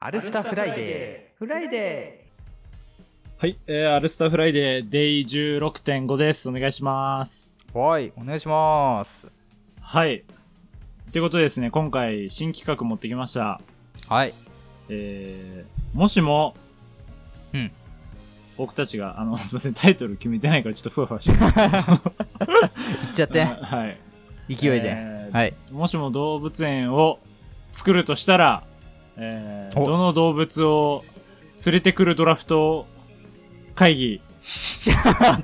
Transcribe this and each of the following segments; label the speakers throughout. Speaker 1: アルスタフライデー。フライデ
Speaker 2: はい、えー、アルスターフライデー、デイ16.5です。お願いします。
Speaker 1: ー。はい、お願いします。
Speaker 2: はい。ということでですね、今回新企画持ってきました。
Speaker 1: はい。
Speaker 2: えー、もしも、
Speaker 1: うん。
Speaker 2: 僕たちが、あの、 すいません、タイトル決めてないからちょっとふわふわし てますけど
Speaker 1: 行っちゃっ
Speaker 2: あ
Speaker 1: て
Speaker 2: の、 はい。
Speaker 1: 勢い で。
Speaker 2: え ー
Speaker 1: はい。
Speaker 2: もしも動物園を作るとしたら、えー
Speaker 1: お
Speaker 2: どの動物を連れてくるドラフト会議、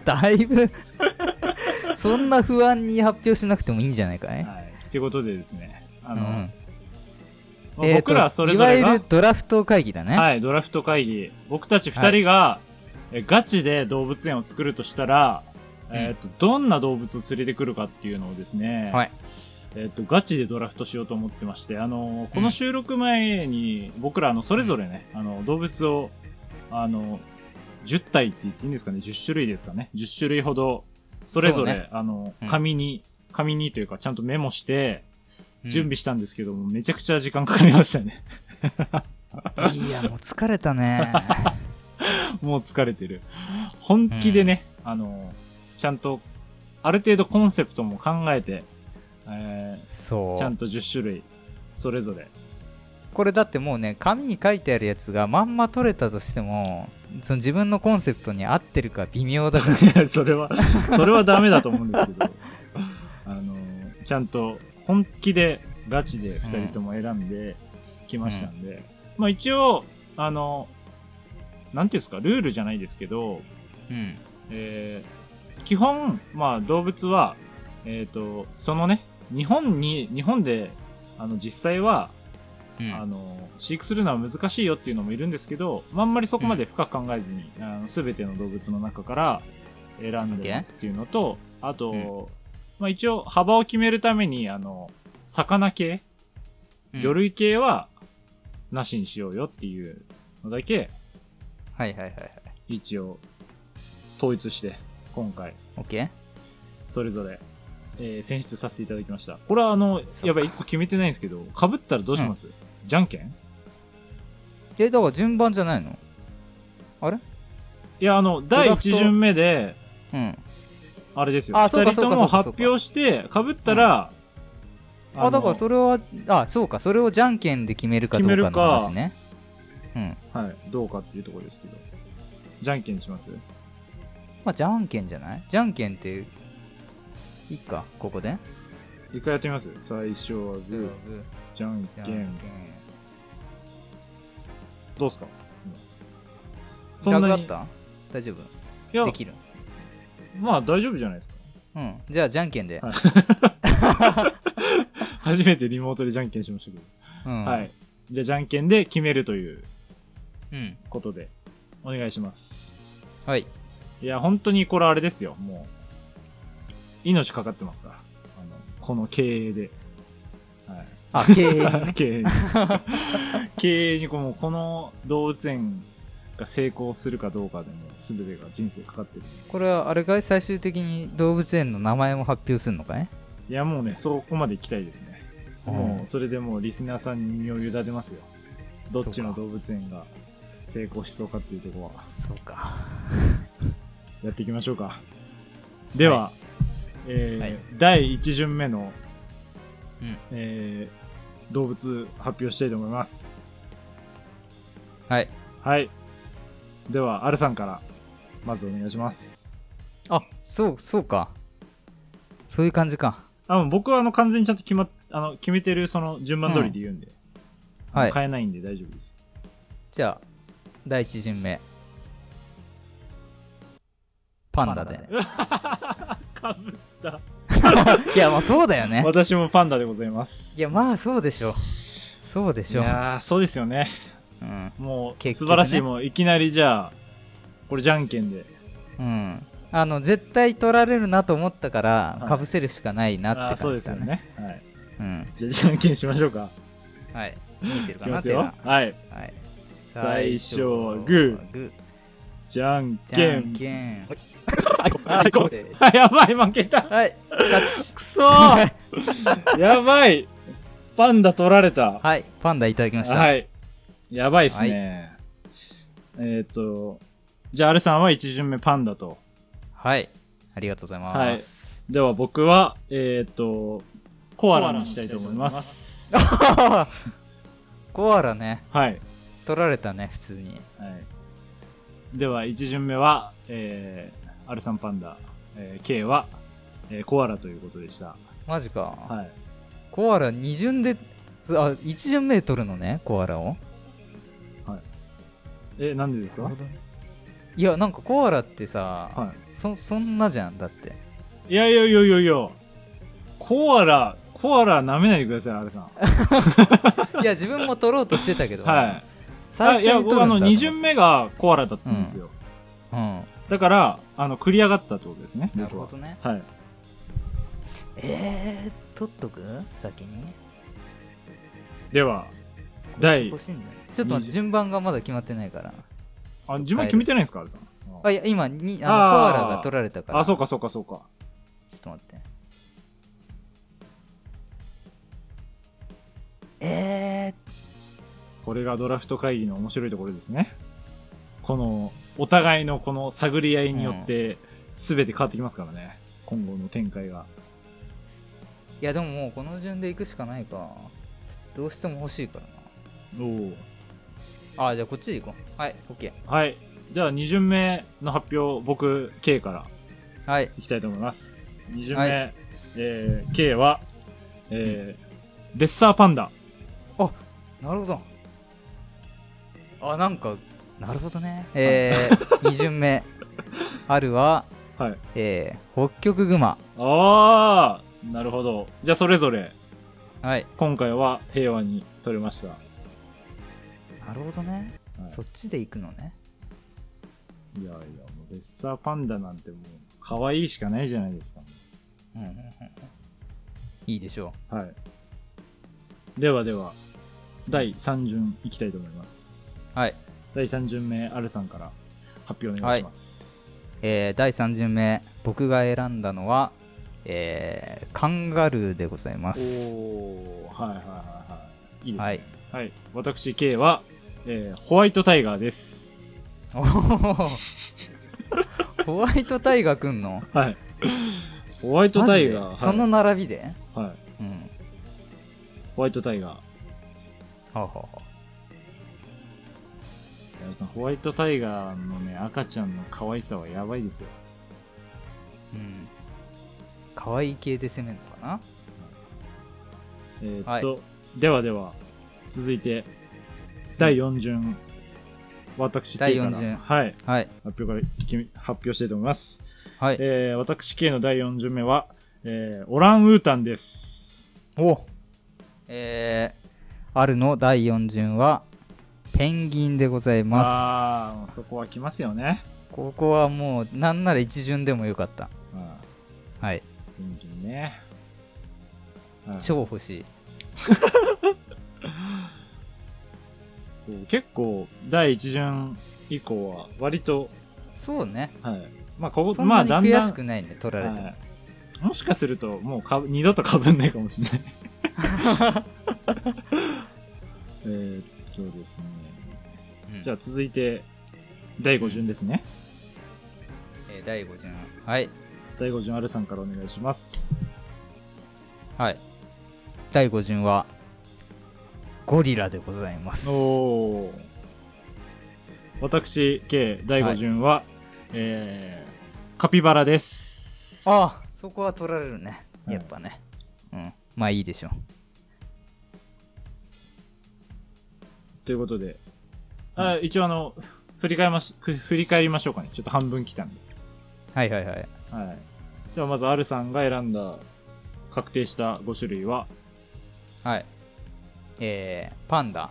Speaker 1: だいぶ、そんな不安に発表しなくてもいいんじゃないかい
Speaker 2: はい、ということでですね、あ
Speaker 1: あ
Speaker 2: の、まあ
Speaker 1: えーと
Speaker 2: 僕らそれぞれ
Speaker 1: い
Speaker 2: が
Speaker 1: わゆるドラフト会議だね。
Speaker 2: はい、ドラフト会議。僕たち二人が、えガチで動物園を作るとしたら、
Speaker 1: ん
Speaker 2: えっ、と、どんな動物を連れてくるかっていうのをですね、
Speaker 1: はい
Speaker 2: えっ、と、ガチでドラフトしようと思ってまして、あの、
Speaker 1: う
Speaker 2: この
Speaker 1: ん
Speaker 2: 収録前に、僕ら、あの、それぞれね、あの、動物を、あの、10体って言っていいんですかね、10種類ですかね、10種類ほど、それぞれ、
Speaker 1: そうね
Speaker 2: あの
Speaker 1: う、ん
Speaker 2: 紙に、紙にというか、ちゃんとメモして、
Speaker 1: うん
Speaker 2: 準備したんですけども、めちゃくちゃ時間かかりましたね。
Speaker 1: いや、もう疲れた ね。
Speaker 2: もう疲れてる。本気でね、あの、ちゃんと、ある程度コンセプトも考えて、え
Speaker 1: そ
Speaker 2: ー
Speaker 1: う。
Speaker 2: ちゃんと10種類、それぞ れ。
Speaker 1: これだってもうね紙に書いてあるやつがまんま取れたとしてもその自分のコンセプトに合ってるか微妙だから
Speaker 2: いやそれは、それはダメだと思うんです けど、あの、ちゃんと、本気で、ガチで2人とも選んできましたんで、まあ一応、あの、なんていうんですか、ルールじゃないですけど、
Speaker 1: うん
Speaker 2: えー基本、まあ、動物は、えっ、と、そのね、日本に、日本で、あの、実際は、
Speaker 1: うん
Speaker 2: あの、飼育するのは難しいよっていうのもいるんですけど、まあ、あんまりそこまで深く考えずに、あの全ての動物の中から選んでますっていうのと、あと、
Speaker 1: うん
Speaker 2: まあ、一応、幅を決めるために、あの、魚系、魚類系は、なしにしようよっていうのだけ、
Speaker 1: はいはいはいはい
Speaker 2: 一応、統一して、今回、
Speaker 1: オッケー
Speaker 2: それぞれ、えー選出させていただきました。これはあの、
Speaker 1: そうか
Speaker 2: やばい、一個決めてないんですけど、被ったらどうします、じゃんけん
Speaker 1: えだから順番じゃないのあれ
Speaker 2: いや、あの、第
Speaker 1: ドラフ
Speaker 2: 1
Speaker 1: ト
Speaker 2: 巡目で、
Speaker 1: うん
Speaker 2: あれですよ。
Speaker 1: あそう
Speaker 2: 2
Speaker 1: か
Speaker 2: 人
Speaker 1: そう
Speaker 2: と
Speaker 1: かそ
Speaker 2: も
Speaker 1: うか
Speaker 2: 発表して、被ったら、
Speaker 1: あだからそれはあそうかそれをじゃんけんで決めるかどうかの話ねうん
Speaker 2: れ。はい、どうかっていうところですけど。じゃんけんにします
Speaker 1: まあじゃんけんじゃないじゃんけんっていいかここで
Speaker 2: 一回やってみます最初はグー、じゃん
Speaker 1: じゃんけ
Speaker 2: けん
Speaker 1: ん。
Speaker 2: どうすかうんそ
Speaker 1: ラ
Speaker 2: ん
Speaker 1: グ
Speaker 2: な
Speaker 1: あ
Speaker 2: に。
Speaker 1: っ
Speaker 2: い
Speaker 1: た大丈夫
Speaker 2: や
Speaker 1: で、きる
Speaker 2: まあ大丈夫じゃないですか。
Speaker 1: うんじゃあじゃんけんで、
Speaker 2: はい初めてリモートでじゃんけんしましたけど。
Speaker 1: うん
Speaker 2: はい。じゃあ、じゃんけんで決めるという
Speaker 1: うん
Speaker 2: ことで、お願いします。
Speaker 1: はい
Speaker 2: いや、本当にこれあれですよ。もう、命かかってますから。あの、この経営で。はい。
Speaker 1: あ経営 にね
Speaker 2: 経営に。経営にこの、この動物園が成功するかどうかでも、すべてが人生かかってるんで。
Speaker 1: これはあれかい最終的に動物園の名前も発表するのかい
Speaker 2: いや、もうね、そこまで行きたいですね。
Speaker 1: うん
Speaker 2: もう、それでもうリスナーさんに身を委ねますよ。どっちの
Speaker 1: そ
Speaker 2: 動物園が成功しそうかっていうところは。
Speaker 1: そうか
Speaker 2: やっていきましょうか。では、えー
Speaker 1: はい
Speaker 2: 第1巡目の、
Speaker 1: うん
Speaker 2: えー動物発表したいと思います。
Speaker 1: はい
Speaker 2: はい。では、アルさんから、まずお願いします。
Speaker 1: あそうそうかそういう感じか
Speaker 2: あ、もう僕はあの完全にちゃんと決まっ、あの、決めてるその順番通りで言うんで、あの
Speaker 1: はい
Speaker 2: 変えないんで大丈夫です。
Speaker 1: じゃあ第一巡目パンダで
Speaker 2: かぶった。
Speaker 1: いやまあそうだよね
Speaker 2: 私もパンダでございます。
Speaker 1: いやまあそうでしょそうで
Speaker 2: い
Speaker 1: しょ、
Speaker 2: やーそうですよね。
Speaker 1: うん、
Speaker 2: もう、
Speaker 1: 結
Speaker 2: 素
Speaker 1: 局ね
Speaker 2: 晴らしい。もう、いきなりじゃあ、これじゃんけんで。
Speaker 1: うん、あの絶対取られるなと思ったから
Speaker 2: はい
Speaker 1: かぶせるしかないなって
Speaker 2: あ
Speaker 1: 感
Speaker 2: あ、
Speaker 1: じだ、
Speaker 2: そう
Speaker 1: ね
Speaker 2: ですよね。はい。
Speaker 1: うん
Speaker 2: じゃあ、じゃんけんしましょうか。
Speaker 1: はい見えてる
Speaker 2: い
Speaker 1: か
Speaker 2: き
Speaker 1: な
Speaker 2: ま
Speaker 1: っ
Speaker 2: す
Speaker 1: て
Speaker 2: よ。はい。
Speaker 1: はい、
Speaker 2: 最初はグー、
Speaker 1: ーグー
Speaker 2: じゃん
Speaker 1: じ
Speaker 2: け
Speaker 1: ゃん
Speaker 2: ん。
Speaker 1: けん。はい
Speaker 2: あ、
Speaker 1: あ
Speaker 2: ご
Speaker 1: こ
Speaker 2: めん
Speaker 1: れ
Speaker 2: あやばい、負けた。
Speaker 1: はい。
Speaker 2: くそ ーやばい。パンダ取られた。
Speaker 1: はい。パンダいただきました。
Speaker 2: はい。やばいっすね。えっ、と、じゃあ、アルさんは1巡目パンダと。
Speaker 1: はいありがとうございます、
Speaker 2: では僕は、えっ、と、コアラにしたいと思います。
Speaker 1: コアラね
Speaker 2: はい。
Speaker 1: 取られたね普通に
Speaker 2: はい、では1巡目は、えー、アルサンパンダ、えー、K は、えーコアラということでした、
Speaker 1: マジか、
Speaker 2: はい、
Speaker 1: コアラ2巡であ1巡目で取るのねコアラを
Speaker 2: えなんでですか、
Speaker 1: いやなんかコアラってさ、
Speaker 2: は
Speaker 1: そそんなじゃんだって
Speaker 2: い、いやいやいやいやいやコアラコアラ舐めないでくださいアルさん
Speaker 1: いや自分も取ろうとしてたけど、
Speaker 2: はいあ
Speaker 1: 最初
Speaker 2: いや
Speaker 1: に取
Speaker 2: 僕あ
Speaker 1: るんだ
Speaker 2: の2巡目がコアラだったんですよ、
Speaker 1: うん
Speaker 2: だからあの繰り上がったってことですね
Speaker 1: なる
Speaker 2: 僕
Speaker 1: ほ
Speaker 2: は
Speaker 1: どね
Speaker 2: はい
Speaker 1: えー、取っとく先に
Speaker 2: では第
Speaker 1: 欲しいんだよちょっと待って順番がまだ決まってないから
Speaker 2: あ自分決めてないんですかアルさん
Speaker 1: あいや今にあ
Speaker 2: あ
Speaker 1: の
Speaker 2: ー
Speaker 1: コアラが取られたから
Speaker 2: あそうかそうかそうか
Speaker 1: ちょっと待ってえ
Speaker 2: これがドラフト会議の面白いところですね。この、お互いのこの探り合いによって、すべて変わってきますからね。今後の展開が。
Speaker 1: ー、いやでももうこの順で行くしかないかどうしても欲しいから
Speaker 2: おお。
Speaker 1: なあーじゃあこっちで行こうはい OK
Speaker 2: はい。じゃあ、2巡目の発表、僕、K から
Speaker 1: はい
Speaker 2: いきたいと思います。2巡目、
Speaker 1: は
Speaker 2: えー K は、えーレッサーパンダ。
Speaker 1: なるほどあなんかなるほどねえー、2巡目あるは、
Speaker 2: はい
Speaker 1: えー、北極熊
Speaker 2: あー、なるほど。じゃあ、それぞれ、
Speaker 1: はい
Speaker 2: 今回は平和に取れました。
Speaker 1: なるほどね、
Speaker 2: はい
Speaker 1: そっちで行くのね
Speaker 2: いやいや、もうレッサーパンダなんてもう、可愛いしかないじゃないですか。
Speaker 1: うんうんうんうんいいでしょ
Speaker 2: はい。ではでは、第3巡いきたいと思います。
Speaker 1: うはい
Speaker 2: 第3巡目、アルさんから発表お願いします。
Speaker 1: えー第3巡目僕が選んだのは、えーカンガルーでございます
Speaker 2: おー、はいはいはいはい。いいです
Speaker 1: は
Speaker 2: ね
Speaker 1: い。
Speaker 2: はい。私、K は、えーホワイトタイガーです。
Speaker 1: おー ホワイトタイガーくんの
Speaker 2: はい。ホワイトタイガー、は
Speaker 1: マジで
Speaker 2: い、
Speaker 1: その並びで、
Speaker 2: はい。
Speaker 1: うん
Speaker 2: ホワイトタイガー。
Speaker 1: はあはあは
Speaker 2: アルさん、ホワイトタイガーのね、赤ちゃんの可愛さはやばいですよ。
Speaker 1: あうん可愛い系で攻めるのかな
Speaker 2: えーっと、ではでは、続いて、第4巡、私 K から
Speaker 1: 第四巡
Speaker 2: はい、
Speaker 1: はい
Speaker 2: 発表からいき発表したいと思います。
Speaker 1: はい
Speaker 2: えー、私 K の第4巡目は、えー、オランウータンです。
Speaker 1: おえー、あるの第4巡はペンギンでございます
Speaker 2: あー、そこは来ますよね。
Speaker 1: ここはもうなんなら一巡でもよかった
Speaker 2: あ
Speaker 1: はい
Speaker 2: ー元気にね。はい
Speaker 1: 超欲しい
Speaker 2: こう結構、第1巡以降は、割と、
Speaker 1: そうね
Speaker 2: はい。まあ、ここ、
Speaker 1: そんな
Speaker 2: まあ、
Speaker 1: に
Speaker 2: だんだ
Speaker 1: 悔
Speaker 2: ん
Speaker 1: し、くないね、取られても。
Speaker 2: はいもしかするともうかぶ二度とかぶんないかもしれ ないえーっとですね
Speaker 1: うん
Speaker 2: じゃあ続いて第5巡ですね
Speaker 1: えー第5巡。はい。
Speaker 2: 第5巡アルさんからお願いします
Speaker 1: はい。第5巡は、ゴリラでございます。
Speaker 2: おー私 K 第5巡は、えーカピバラです
Speaker 1: ああ、そこは取られるね。
Speaker 2: はい
Speaker 1: やっぱね。うん。まあいいでしょう。
Speaker 2: ということで、あ一応あの振り返りまし振り返りましょうかねちょっと半分来たんで
Speaker 1: はいはいはい。
Speaker 2: はい。ではまず、アルさんが選んだ、確定した5種類は、
Speaker 1: はい。えー、パンダ。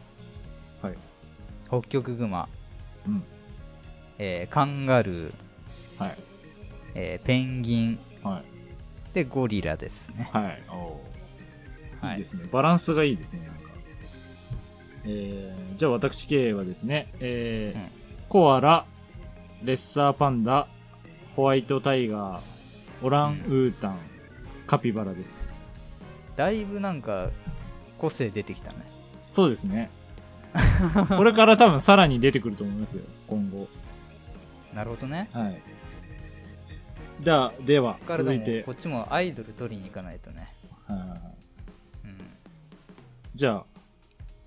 Speaker 2: はい。
Speaker 1: 北極グマ。
Speaker 2: うん。
Speaker 1: えー、カンガルー。
Speaker 2: はい。
Speaker 1: えー、ペンギン。
Speaker 2: はい。
Speaker 1: で、ゴリラですね。
Speaker 2: はい。おー
Speaker 1: はい
Speaker 2: い
Speaker 1: い
Speaker 2: で。すね。バランスがいいですね、なんか。えー、じゃあ私系はですね、えー
Speaker 1: うん
Speaker 2: コアラ、レッサーパンダ、ホワイトタイガー、オランウータン、カピバラです。
Speaker 1: だいぶなんか、個性出てきたね。
Speaker 2: そうですね。これから多分さらに出てくると思いますよ、今後。
Speaker 1: なるほどね
Speaker 2: はい。だ、では、
Speaker 1: ここから
Speaker 2: 続
Speaker 1: で
Speaker 2: い
Speaker 1: も
Speaker 2: て
Speaker 1: こ、っちもアイドル取りに行かないとね
Speaker 2: は
Speaker 1: う
Speaker 2: い
Speaker 1: ん
Speaker 2: じゃあ、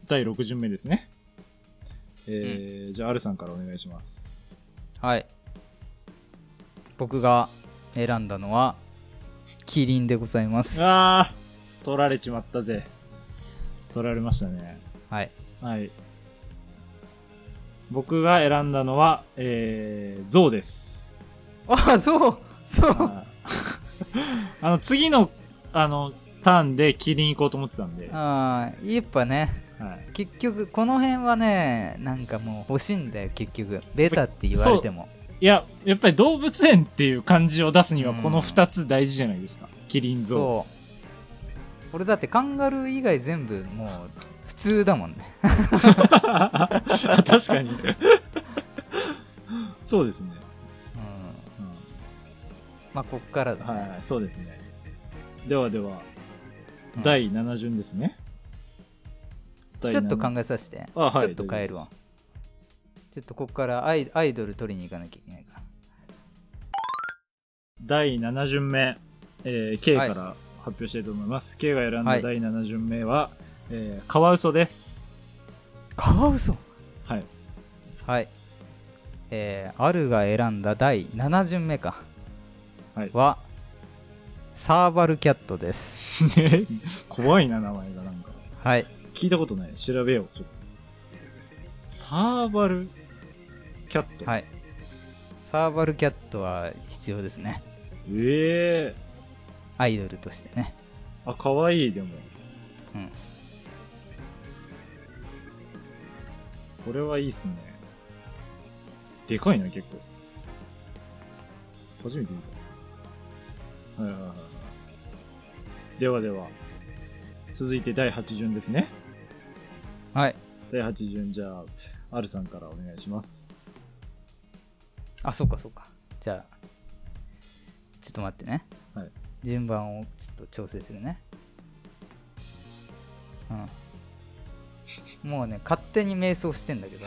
Speaker 2: 第6巡目ですね。えーじゃあ、アルさんからお願いします。
Speaker 1: はい僕が選んだのはキリンでございますは
Speaker 2: あー、取られちまったぜ。取られましたね。
Speaker 1: い
Speaker 2: はい。僕が選んだのは、えー、ゾウです。
Speaker 1: あそうそう
Speaker 2: あー あの、次の、あの、ターンで切りに行こうと思ってたんで、は
Speaker 1: あーやっぱね
Speaker 2: い。
Speaker 1: 結局この辺はねなんかもう欲しいんだよ結局ベタって言われても
Speaker 2: いや、やっぱり動物園っていう感じを出すには、
Speaker 1: うん
Speaker 2: この2つ大事じゃないですか。キリンゾウ。
Speaker 1: そう俺だってカンガルー以外全部もう普通だもんね
Speaker 2: あ 確かに。そうですね。
Speaker 1: うん
Speaker 2: うん
Speaker 1: まあこっからだね、
Speaker 2: はいはい、そうですね。ではでは、
Speaker 1: うん
Speaker 2: 第7巡ですね。
Speaker 1: ちょっと考
Speaker 2: え
Speaker 1: えさせて
Speaker 2: あはい
Speaker 1: ちょっと変えるわ
Speaker 2: 大丈夫
Speaker 1: ちょっとここからアイアイドル取りに行かなきゃいけないから
Speaker 2: 第7巡目、えー K から発表したいと思います。K が選
Speaker 1: は
Speaker 2: んだ
Speaker 1: い
Speaker 2: 第7巡目は、えーカワウソです。
Speaker 1: カワウソ
Speaker 2: はい。
Speaker 1: はいえー、アルが選んだ第7巡目か
Speaker 2: はい
Speaker 1: はサーバルキャットです
Speaker 2: ね怖いな、名前がなんか。
Speaker 1: はい
Speaker 2: 聞いたことない。調べよう、ちょっと。サーバルキャット。
Speaker 1: はいサーバルキャットは必要ですね
Speaker 2: ええ
Speaker 1: アイドルとしてね
Speaker 2: あ、可愛いでも。
Speaker 1: うん
Speaker 2: これはいいっすね。でかいな、結構。初めて見た。はいはいはいはい。ではでは、続いて第8巡ですね。
Speaker 1: はい
Speaker 2: 第8巡、じゃあ、R さんからお願いします。
Speaker 1: あそうかそうかじゃあちょっと待ってね、
Speaker 2: はい
Speaker 1: 順番をちょっと調整するねうんもうね勝手に迷走してんだ けど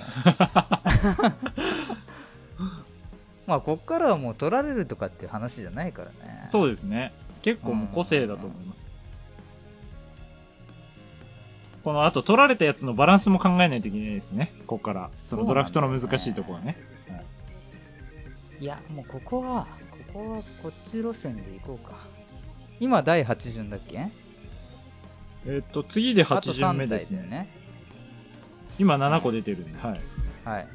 Speaker 1: まあこっからはもう取られるとかっていう話じゃないからね
Speaker 2: そうですね。結構もう個性だと思います。この後取られたやつのバランスも考えないといけないですね。ここから。そのドラフトの難しいところはね。
Speaker 1: いやもうここはここはこっち路線で行こうか今第8巡だっけ
Speaker 2: えっと、次で
Speaker 1: あ
Speaker 2: 8
Speaker 1: と
Speaker 2: 巡目
Speaker 1: 3
Speaker 2: で
Speaker 1: 体
Speaker 2: す
Speaker 1: だよ
Speaker 2: ね。
Speaker 1: ね
Speaker 2: 今7個出てるんで。はい。
Speaker 1: はい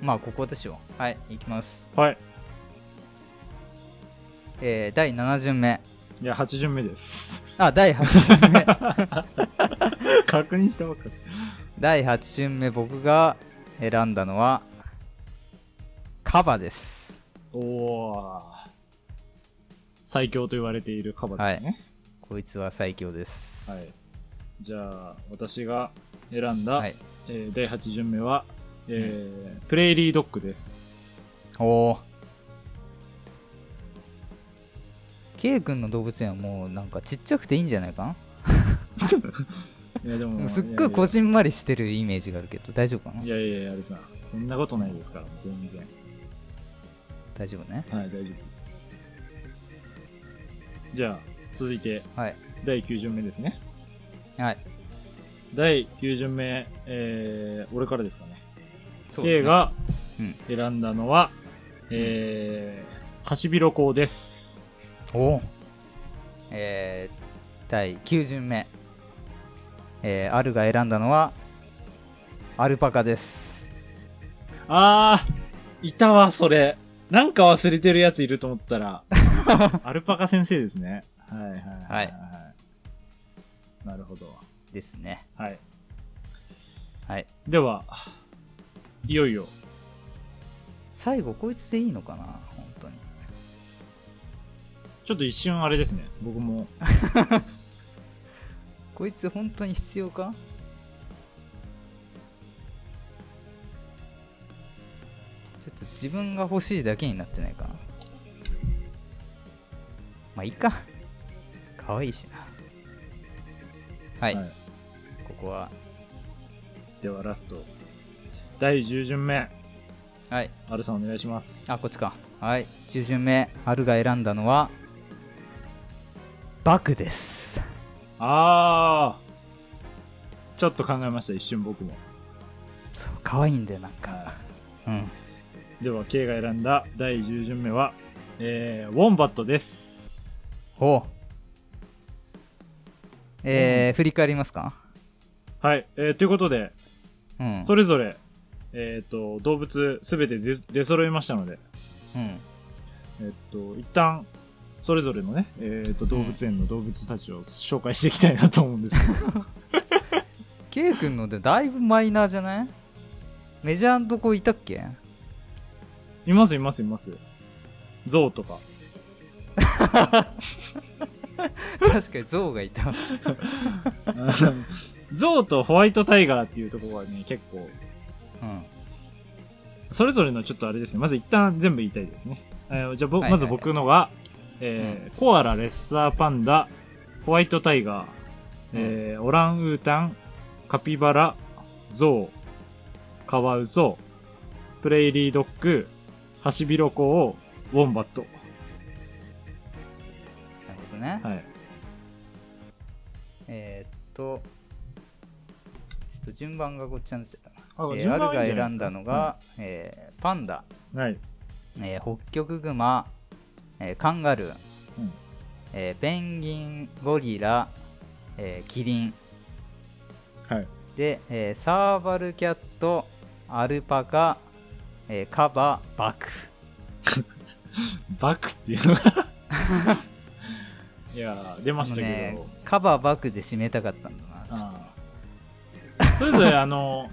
Speaker 1: まあここでしょうはい行きます
Speaker 2: はい。
Speaker 1: えー第7巡目
Speaker 2: いや、8巡目です。
Speaker 1: あ第8巡 目
Speaker 2: 確認してますか
Speaker 1: 第8巡目僕が選んだのはカバです
Speaker 2: おおー。最強と言われているカバですね。
Speaker 1: こいつは最強です
Speaker 2: はい。じゃあ、私が選んだ、
Speaker 1: はい
Speaker 2: えー第8巡目は、えープレイリードッグです。
Speaker 1: おお K 君の動物園はもうなんかちっちゃくていいんじゃないか
Speaker 2: いや、でも
Speaker 1: なすっごいこじんまりしてるイメージがあるけど大丈夫かない
Speaker 2: やいやいや、あれさ、そんなことないですから、全然。
Speaker 1: 大丈夫ね
Speaker 2: はい、大丈夫です。じゃあ、続いて、
Speaker 1: はい
Speaker 2: 第9巡目ですね。
Speaker 1: はい
Speaker 2: 第9巡目、えー、俺からですかね。
Speaker 1: そうだね
Speaker 2: K が
Speaker 1: うん
Speaker 2: 選んだのは、えー、ハシビロコウです。
Speaker 1: おおえー、第9巡目えー、アルが選んだのはアルパカです
Speaker 2: あー、いたわ、それ。なんか忘れてるやついると思っ たら、アルパカ先生ですね。はいはいはい、
Speaker 1: は
Speaker 2: はい。なるほど。
Speaker 1: ですね
Speaker 2: はい。
Speaker 1: はい
Speaker 2: では、いよいよ、
Speaker 1: 最後こいつでいいのかな本当に
Speaker 2: ちょっと一瞬あれですね。僕も、
Speaker 1: こいつ本当に必要かちょっと自分が欲しいだけになってないかなまあいいか可愛いしなはい、
Speaker 2: はい
Speaker 1: ここは
Speaker 2: ではラスト、第10巡目、
Speaker 1: はい
Speaker 2: アルさんお願いします。
Speaker 1: あこっちかはい10巡目アルが選んだのはバクです
Speaker 2: あー、ちょっと考えました、一瞬僕も。
Speaker 1: そう可愛いんだよなんか
Speaker 2: は
Speaker 1: うん
Speaker 2: いでは、K が選んだ第10巡目は、えー、ウォンバットです。
Speaker 1: ほうえー振り返りますか
Speaker 2: はい、えー、ということで、
Speaker 1: うん
Speaker 2: それぞれ、えっ、と、動物すべて出出揃いましたので、
Speaker 1: うん
Speaker 2: えっ、と、一旦、それぞれのね、えっ、と、動物園の動物たちを紹介していきたいなと思うんですけど、
Speaker 1: K 君のでだいぶマイナーじゃないメジャーのとこいたっけ
Speaker 2: いますいますいます。ゾウとか。
Speaker 1: 確かにゾウがいた
Speaker 2: ゾウとホワイトタイガーっていうところはね、結構、
Speaker 1: うん
Speaker 2: それぞれのちょっとあれですね、まず一旦全部言いたいですね。えーじゃあぼ、
Speaker 1: はいはいはい
Speaker 2: まず僕のが、えーコアラ、レッサーパンダ、ホワイトタイガー、えーオランウータン、カピバラ、ゾウ、カワウソ、プレイリードッグ、ハシビロコウ、ウォンバット。
Speaker 1: なるほどね、
Speaker 2: はい。
Speaker 1: えーっとちょっと順番がごっちゃになっちゃったな
Speaker 2: あ
Speaker 1: えーアルが選んだの、が、えーパンダ、
Speaker 2: 順番いいじゃないです
Speaker 1: えーホッキョクグマ、えーカンガルー、
Speaker 2: うん
Speaker 1: えーペンギン、ゴリラ、えーキリン
Speaker 2: かはい。はい。
Speaker 1: で、えーサーバルキャット、アルパカ、えーカバ、 バク。
Speaker 2: バクっていうのが いやー出ましたけど、
Speaker 1: あのねカバ、バクで締めたかったんだな。
Speaker 2: あーそれぞれあの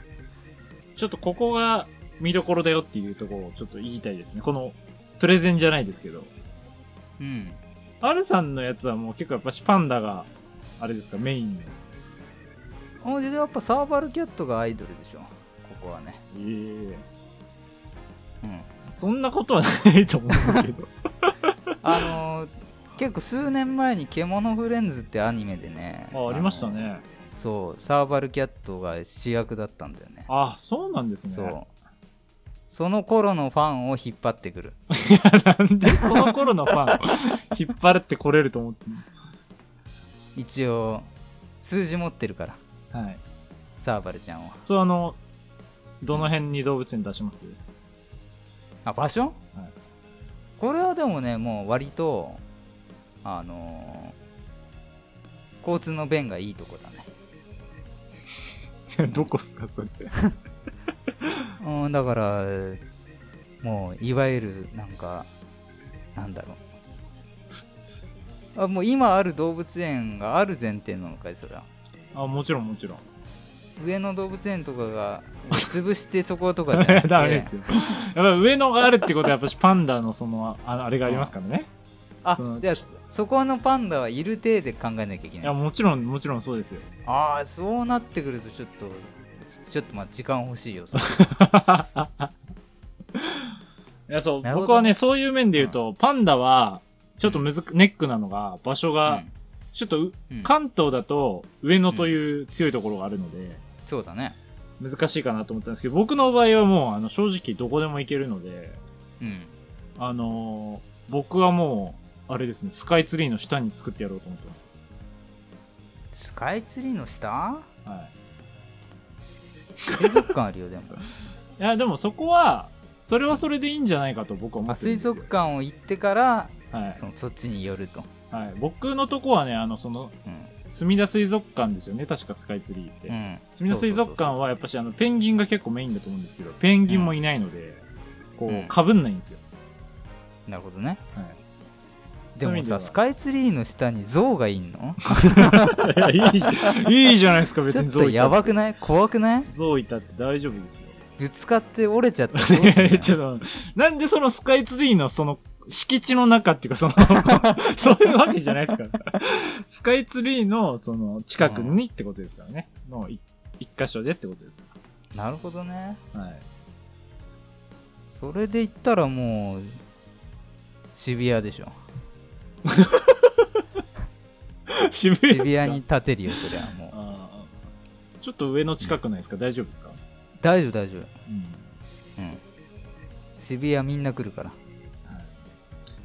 Speaker 2: ちょっとここが見どころだよっていうところをちょっと言いたいですねこのプレゼンじゃないですけど
Speaker 1: うん。
Speaker 2: アルさんのやつはもう結構やっぱしパンダがあれですかメインの
Speaker 1: あでやっぱサーバルキャットがアイドルでしょ、ここはね。
Speaker 2: え
Speaker 1: う
Speaker 2: え
Speaker 1: ん、
Speaker 2: そんなことはないと思うんだけ ど
Speaker 1: あのー結構数年前に「獣フレンズ」ってアニメでね
Speaker 2: あありましたね
Speaker 1: そうサーバルキャットが主役だったんだよね
Speaker 2: あそうなんですね
Speaker 1: そうその頃のファンを引っ張ってくる
Speaker 2: なんでその頃のファンを引っ張ってこれると思ってんの
Speaker 1: 一応数字持ってるから
Speaker 2: はい
Speaker 1: サーバルちゃんは
Speaker 2: そうあのどの辺に動物園出します
Speaker 1: あ場所、
Speaker 2: はい
Speaker 1: これはでもねもう割とあのー交通の便がいいとこだね
Speaker 2: どこっすかそれ
Speaker 1: うん、だから、もう、いわゆる、なんか、なんだろう。あもう今ある動物園がある前提なのかいそれは
Speaker 2: あもちろんもちろん
Speaker 1: 上野動物園とかが潰してそことかじゃなくて
Speaker 2: ダメですよ。やっぱ上野があるってことは、やっぱしパンダのその、ああれがありますからね。
Speaker 1: あ
Speaker 2: その
Speaker 1: じゃあそこのパンダはいる体で考えなきゃいけ
Speaker 2: い
Speaker 1: ない
Speaker 2: や、もちろん、もちろんそうですよ。
Speaker 1: ああそうなってくるとちょっとちょっとまあ時間欲しいよそれ
Speaker 2: いや、そう、
Speaker 1: なるほど
Speaker 2: 僕はね、そういう面で言うと、パンダは、ちょっとむずく、ネックなのが、場所が、ちょっとう、
Speaker 1: うんうん
Speaker 2: 関東だと、上野という強いところがあるので、
Speaker 1: そうだね
Speaker 2: 難しいかなと思ったんですけど、僕の場合はもう、あの、正直どこでも行けるので、
Speaker 1: うん
Speaker 2: あのー僕はもう、あれですね、スカイツリーの下に作ってやろうと思ってます。
Speaker 1: スカイツリーの下
Speaker 2: はい。
Speaker 1: 水族館あるよ でも
Speaker 2: いや、でもそこは、それはそれでいいんじゃないかと僕は思
Speaker 1: あ
Speaker 2: ってるん
Speaker 1: 水
Speaker 2: ですよ
Speaker 1: 族。館を行ってから
Speaker 2: はい
Speaker 1: そのそっちに寄ると、
Speaker 2: はい、僕のとこはね、あの、その、
Speaker 1: うん
Speaker 2: 墨田水族館ですよね、確かスカイツリーって。
Speaker 1: うん、
Speaker 2: 墨田水族館はやっぱし、あの、ペンギンが結構メインだと思うんですけど、ペンギンもいないので、こ
Speaker 1: うん
Speaker 2: う、かぶんないんですよ。
Speaker 1: なるほどね
Speaker 2: はい。
Speaker 1: でもさス
Speaker 2: イ
Speaker 1: カイツリーの下にゾウがいんの
Speaker 2: いいいいじゃないですか、
Speaker 1: ち
Speaker 2: 別
Speaker 1: ょ
Speaker 2: に
Speaker 1: っ
Speaker 2: ゾ
Speaker 1: と
Speaker 2: ウい
Speaker 1: や
Speaker 2: た
Speaker 1: ばくない怖くない
Speaker 2: ゾウいたって大丈夫ですよ。
Speaker 1: ぶつかって折れちゃったらどうすんの
Speaker 2: ちょっと、なんでそのスカイツリーのその敷地の中っていうかその、 そういうわけじゃないですから。スカイツリーのその近くにってことですからね。のい一箇所でってことですか
Speaker 1: なるほどね
Speaker 2: ら。はい。
Speaker 1: それで言ったらもう渋谷で しょ渋
Speaker 2: 渋谷ですか
Speaker 1: 谷に。建てるよそりゃも
Speaker 2: ああちょっと上の近くないですか大丈夫ですか、
Speaker 1: 大丈夫大丈夫
Speaker 2: うん
Speaker 1: うん渋谷みんな来るから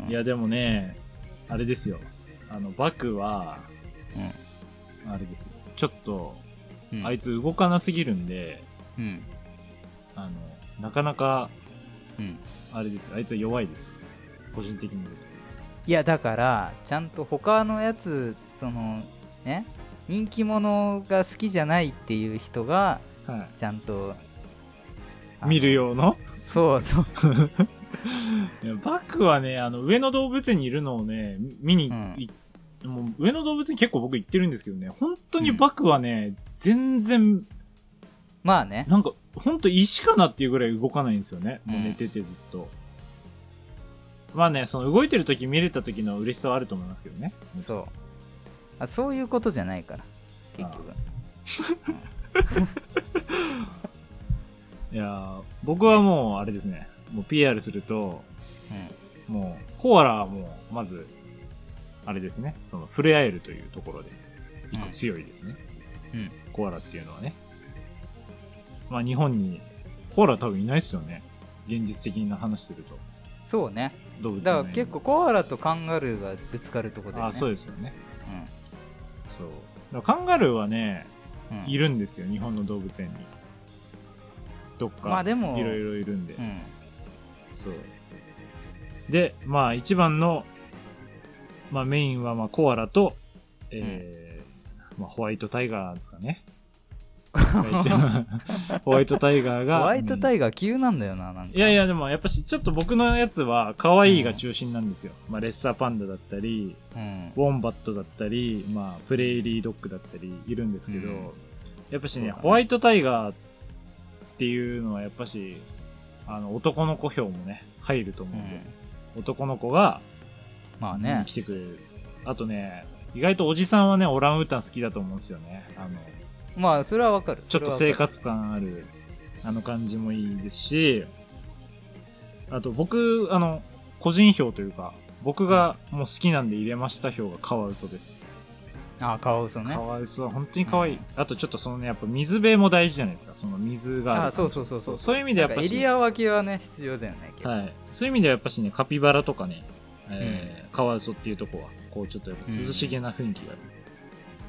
Speaker 2: いやでもねあれですよあのバクはあれですよちょっと
Speaker 1: うん、うん、
Speaker 2: あいつ動かなすぎるんで、
Speaker 1: うん
Speaker 2: あのなかなか
Speaker 1: うん
Speaker 2: あれですよあいつは弱いですよ個人的に言うと
Speaker 1: いやだからちゃんと他のやつそのね人気者が好きじゃないっていう人が
Speaker 2: は
Speaker 1: ちゃんとあ
Speaker 2: い、
Speaker 1: の
Speaker 2: 見る用の
Speaker 1: そう そう
Speaker 2: いやバクはねあの上野動物園にいるのをね見に、
Speaker 1: うん
Speaker 2: いもう上野動物園結構僕行ってるんですけどね本当にバクはね、全然
Speaker 1: まあね
Speaker 2: なんか本当石かなっていうぐらい動かないんですよねもう寝ててずっと、まあねその動いてる時見れた時の嬉しさはあると思いますけどね
Speaker 1: そうあそういうことじゃないから結局
Speaker 2: いやー僕はもうあれですねもう PR するともうコアラはもうまずあれですねその触れ合えるというところで一個強いですね、
Speaker 1: うんうん
Speaker 2: コアラっていうのはねまあ日本にコアラ多分いないですよね現実的な話すると
Speaker 1: そうね
Speaker 2: 動物
Speaker 1: だから
Speaker 2: 園内に
Speaker 1: 結構コアラとカンガルーがぶつかるとこだよね
Speaker 2: あそう
Speaker 1: う、
Speaker 2: ですよねそうだからカンガルーはね
Speaker 1: んうん、
Speaker 2: いるんですよ日本の動物園にどっか、
Speaker 1: まあでも
Speaker 2: いろいろいるんで、
Speaker 1: うん
Speaker 2: そう。で、まあ一番の、まあメインはまあコアラと、えーまあホワイトタイガーですか ね。一番ホワイトタイガー
Speaker 1: ホ
Speaker 2: が。
Speaker 1: ワイトタ
Speaker 2: イ
Speaker 1: イガー急なんだよななんか
Speaker 2: いやいや、でもやっぱし、ちょっと僕のやつは、可愛いが中心なんですよ。まあ、レッサーパンダだったり、
Speaker 1: うん
Speaker 2: ウォンバットだったり、まあ、プレイリードッグだったりいるんですけど、
Speaker 1: うん
Speaker 2: やっぱし
Speaker 1: そう
Speaker 2: ね、
Speaker 1: だね
Speaker 2: ホワイトタイガーっていうのはやっぱし、あの、男の子票もね、入ると思
Speaker 1: う
Speaker 2: うんで、
Speaker 1: ん
Speaker 2: 男の子が
Speaker 1: まあ
Speaker 2: 見に
Speaker 1: ね
Speaker 2: 来てくれる。あとね、意外とおじさんはね、オランウータン好きだと思うんですよね。あの、
Speaker 1: まあそれはわかる
Speaker 2: ちょっと生活感ある、あの感じもいいですし、あと僕、あの、個人票というか、僕がもう好きなんで入れました票がカワウソです。
Speaker 1: あカワウソね
Speaker 2: カワウソは本当に可愛い。
Speaker 1: うん
Speaker 2: あとちょっとそのね、やっぱ水辺も大事じゃないですか。その水がある。
Speaker 1: あそうそうそう
Speaker 2: そ
Speaker 1: そうう
Speaker 2: そういう意味でやっぱ
Speaker 1: なん
Speaker 2: し
Speaker 1: かエリア分けはね必要だよね結構
Speaker 2: はい、そういう意味ではやっぱしねカピバラとかね、えーカワウソっていうとこはこうちょっとやっぱ涼しげな雰囲気がある、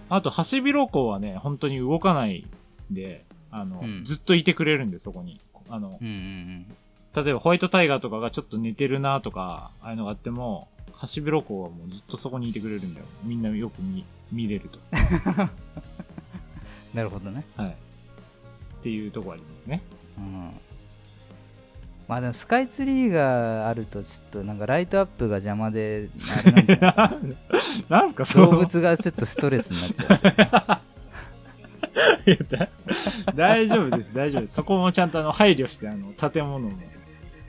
Speaker 2: あとハシビロコウはね本当に動かないんであの、
Speaker 1: うん
Speaker 2: ずっといてくれるんでそこにあの
Speaker 1: うんうん
Speaker 2: 例えばホワイトタイガーとかがちょっと寝てるなとかああいうのがあってもハシビロコウはもうずっとそこにいてくれるんだよみんなよく見見れると、
Speaker 1: なるほどね
Speaker 2: はい、っていうとこありますね
Speaker 1: うんまあでもスカイツリーがあるとちょっとなんかライトアップが邪魔であれなんじゃない
Speaker 2: なんすかその
Speaker 1: 動物がちょっとストレスになっちゃう
Speaker 2: いやだ 大丈夫です、大丈夫です。そこもちゃんとあの配慮して、あの、建物も。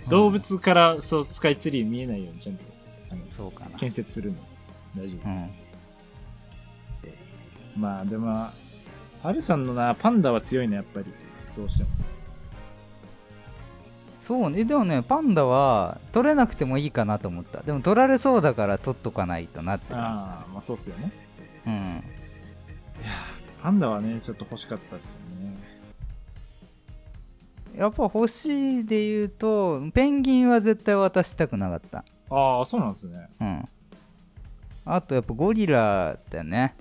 Speaker 2: 動物から、そう、スカイツリー見えないようにちゃんと、あ の、
Speaker 1: そうかな
Speaker 2: 建設するの。大丈夫
Speaker 1: う
Speaker 2: です。
Speaker 1: ん
Speaker 2: そう。まあ、でも、ハルさんのな、パンダは強いね、やっぱり。どうしても。
Speaker 1: そうねでもねパンダは取れなくてもいいかなと思ったでも取られそうだから取っとかないとなって感
Speaker 2: ああ、まあそうっすよね。
Speaker 1: じうん
Speaker 2: パンダはね、ちょっと欲しかったっすよね。
Speaker 1: やっぱ星で言うとペンギンは絶対渡したくなかった
Speaker 2: ああ、そうなんですね。
Speaker 1: うんあとやっぱゴリラだよね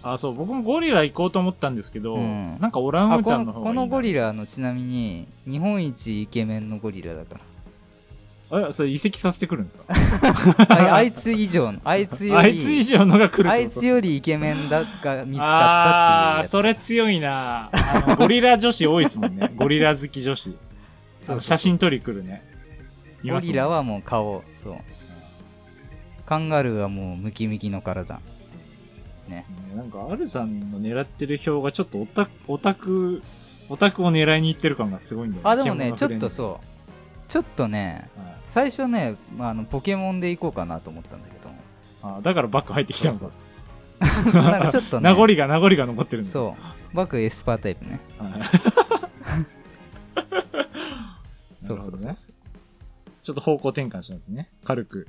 Speaker 2: ああ、そう、僕もゴリラ行こうと思ったんですけど、
Speaker 1: うん
Speaker 2: なんかオランウ
Speaker 1: あ
Speaker 2: ー
Speaker 1: こ
Speaker 2: タンの
Speaker 1: の
Speaker 2: 方がいい
Speaker 1: こ
Speaker 2: な
Speaker 1: のゴリラあのちなみに日本一イケメンのゴリラだか
Speaker 2: え、それ移籍させてくるんですか
Speaker 1: らああいつ以上のあいつより
Speaker 2: あいつ以上のが来るってこと
Speaker 1: あいつよりイケメンだが見つ
Speaker 2: あ
Speaker 1: か
Speaker 2: あ
Speaker 1: ったっていうや
Speaker 2: ー
Speaker 1: つ
Speaker 2: それ強いなあのゴリラ女子多いですも んねゴリラ好き女子あの写真撮り来るねい
Speaker 1: ゴ
Speaker 2: ますも
Speaker 1: リ
Speaker 2: ん
Speaker 1: ラはもう顔そうカンガルーはもうムキムキの体
Speaker 2: ねなんかアルさんの狙ってる票がちょっとオタクオタクオタクを狙いに行ってる感がすごいんだよ
Speaker 1: あでもねちょ
Speaker 2: 獣
Speaker 1: っ
Speaker 2: フレン
Speaker 1: と
Speaker 2: ズ
Speaker 1: そうちょっとね
Speaker 2: はい
Speaker 1: 最初ね、まあ、あのポケモンで行こうかなと思ったんだけども
Speaker 2: あーだからバック入ってきたのか
Speaker 1: なんかちょっとね
Speaker 2: 名残が名残が残ってるんだ
Speaker 1: そうバクエスパータイプね
Speaker 2: はいな
Speaker 1: そ
Speaker 2: る
Speaker 1: う
Speaker 2: ほ
Speaker 1: そ
Speaker 2: ど
Speaker 1: うそう
Speaker 2: ねちょっと方向転換したんですね軽く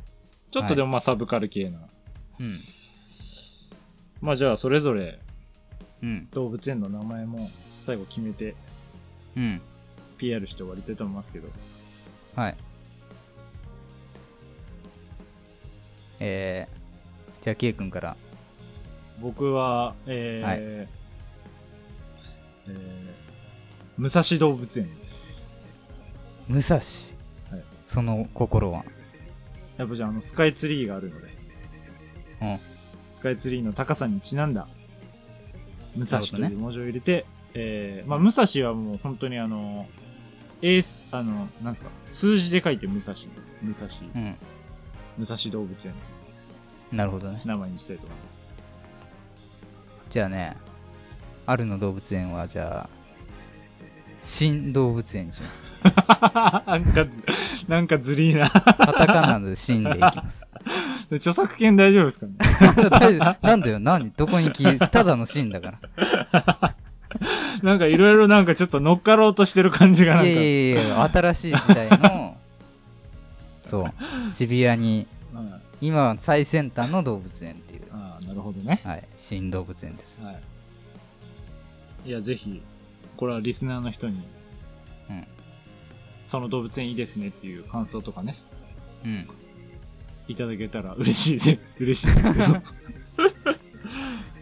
Speaker 2: ちょっとでもまあサブカル系な、
Speaker 1: うん
Speaker 2: まあじゃあそれぞれ
Speaker 1: うん
Speaker 2: 動物園の名前も最後決めて
Speaker 1: うん
Speaker 2: PR して終わりたいと思いますけど
Speaker 1: はいえー、じゃあ K 君から
Speaker 2: 僕はえー
Speaker 1: はい
Speaker 2: えー武蔵動物園です
Speaker 1: 武蔵、
Speaker 2: はい
Speaker 1: その心は
Speaker 2: やっぱじゃああのスカイツリーがあるので
Speaker 1: うん
Speaker 2: スカイツリーの高さにちなんだ武蔵と
Speaker 1: なるほ
Speaker 2: いう文字を入れて、えーまあ、武蔵はもう本当にあのエースあのなんですか数字で書いて武蔵武蔵
Speaker 1: うん
Speaker 2: 武蔵動物園とい
Speaker 1: なるほどね
Speaker 2: う名前にしたいと思います
Speaker 1: じゃあねあるの動物園はじゃあ新動物園にします
Speaker 2: なんかず、 なんかずりーな。
Speaker 1: カタカナで新でいきます
Speaker 2: 著作権大丈夫ですかね
Speaker 1: 大丈夫なんだよ何どこに聞いただの新だか
Speaker 2: なんかいろいろなんかちょっと乗っかろうとしてる感じ がなん
Speaker 1: ら
Speaker 2: か。
Speaker 1: いやいやいや新しい時代 のそう渋谷に
Speaker 2: うん
Speaker 1: 今は最先端の動物園っていう、
Speaker 2: ああ、なるほどね。
Speaker 1: はい、新動物園です、
Speaker 2: はい。いや、ぜひ、これはリスナーの人に、
Speaker 1: うん
Speaker 2: その動物園いいですねっていう感想とかね、
Speaker 1: うん、
Speaker 2: いただけたら嬉しいです。 嬉しいですけど。
Speaker 1: で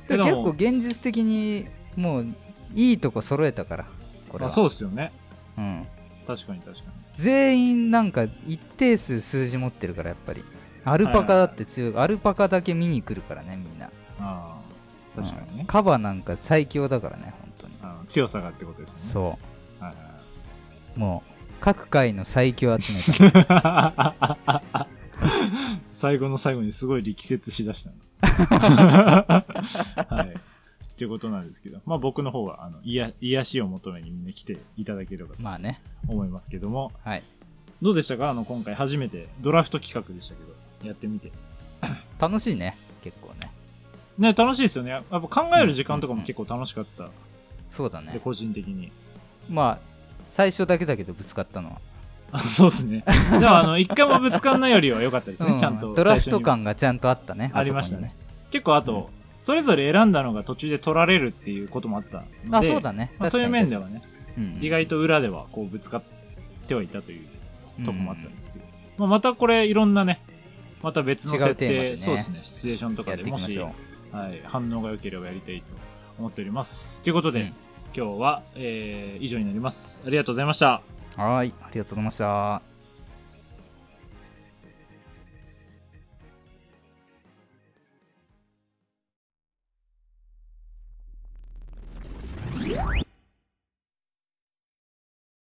Speaker 2: けど
Speaker 1: 結
Speaker 2: も
Speaker 1: 構現実的にもういいとこ揃えたからこれ
Speaker 2: ま
Speaker 1: は
Speaker 2: あ、そうですよね。
Speaker 1: うん、
Speaker 2: 確かに確かに。
Speaker 1: 全員なんか一定数数字持ってるからやっぱりアルパカだって強い、アルパカだけ見に来るからねみんな
Speaker 2: ああ、確かに
Speaker 1: うん
Speaker 2: ね。
Speaker 1: カバなんか最強だからね本当に
Speaker 2: あの強さがってことですよね。
Speaker 1: そ
Speaker 2: はいはいはいう
Speaker 1: もう各界の最強集めた
Speaker 2: 最後の最後にすごい力説しだしたな はい。ということなんですけど、まあ僕の方は、あの、癒や癒しを求めにみんな来ていただければと
Speaker 1: まあね
Speaker 2: 思いますけども、
Speaker 1: はい
Speaker 2: どうでしたかあの、今回初めてドラフト企画でしたけど、やってみて。
Speaker 1: 楽しいね結構ね
Speaker 2: ね、楽しいですよね。やっぱ考える時間とかも結構楽しかった。
Speaker 1: そうだ
Speaker 2: で、
Speaker 1: ね
Speaker 2: 個人的に。
Speaker 1: まあ最初だけだけどぶつかったのは、
Speaker 2: あそうですね。でも、あの、一回もぶつかんないよりは良かったですね、
Speaker 1: うん
Speaker 2: ちゃんと。
Speaker 1: ドラフト感がちゃんとあったね
Speaker 2: ありましたね
Speaker 1: そこ
Speaker 2: 結構あと、
Speaker 1: うん
Speaker 2: それぞれ選んだのが途中で取られるっていうこともあった
Speaker 1: にね
Speaker 2: の
Speaker 1: あ
Speaker 2: で
Speaker 1: そうだね、
Speaker 2: まあ、そういう面ではね、意
Speaker 1: 意
Speaker 2: 外と裏ではこうぶつかってはいたというとこもあったんですけど、まあ、またこれいろんなねまた別の
Speaker 1: 違
Speaker 2: 設定
Speaker 1: うテーマでね
Speaker 2: そうですねシチュエーションと
Speaker 1: や
Speaker 2: か
Speaker 1: って
Speaker 2: で
Speaker 1: いき
Speaker 2: も
Speaker 1: ま
Speaker 2: し
Speaker 1: しょう
Speaker 2: はい、反応が良ければやりたいと思っておりますということで、
Speaker 1: うん
Speaker 2: 今日は、えー以上になりますありがとうございました
Speaker 1: はーいありがとうございました